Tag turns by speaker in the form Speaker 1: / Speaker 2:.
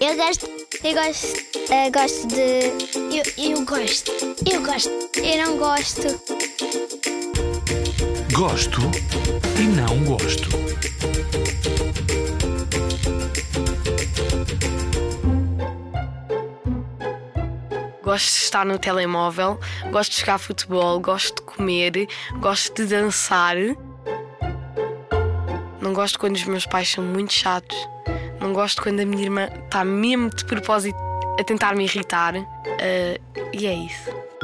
Speaker 1: Eu gosto. Eu gosto. eh, gosto de. Eu, eu gosto. Eu gosto. Eu não gosto.
Speaker 2: Gosto e não gosto.
Speaker 3: Gosto de estar no telemóvel, gosto de jogar futebol, gosto de comer, gosto de dançar. Não gosto quando os meus pais são muito chatos. Não gosto quando a minha irmã está mesmo de propósito a tentar me irritar. Ah, e é isso.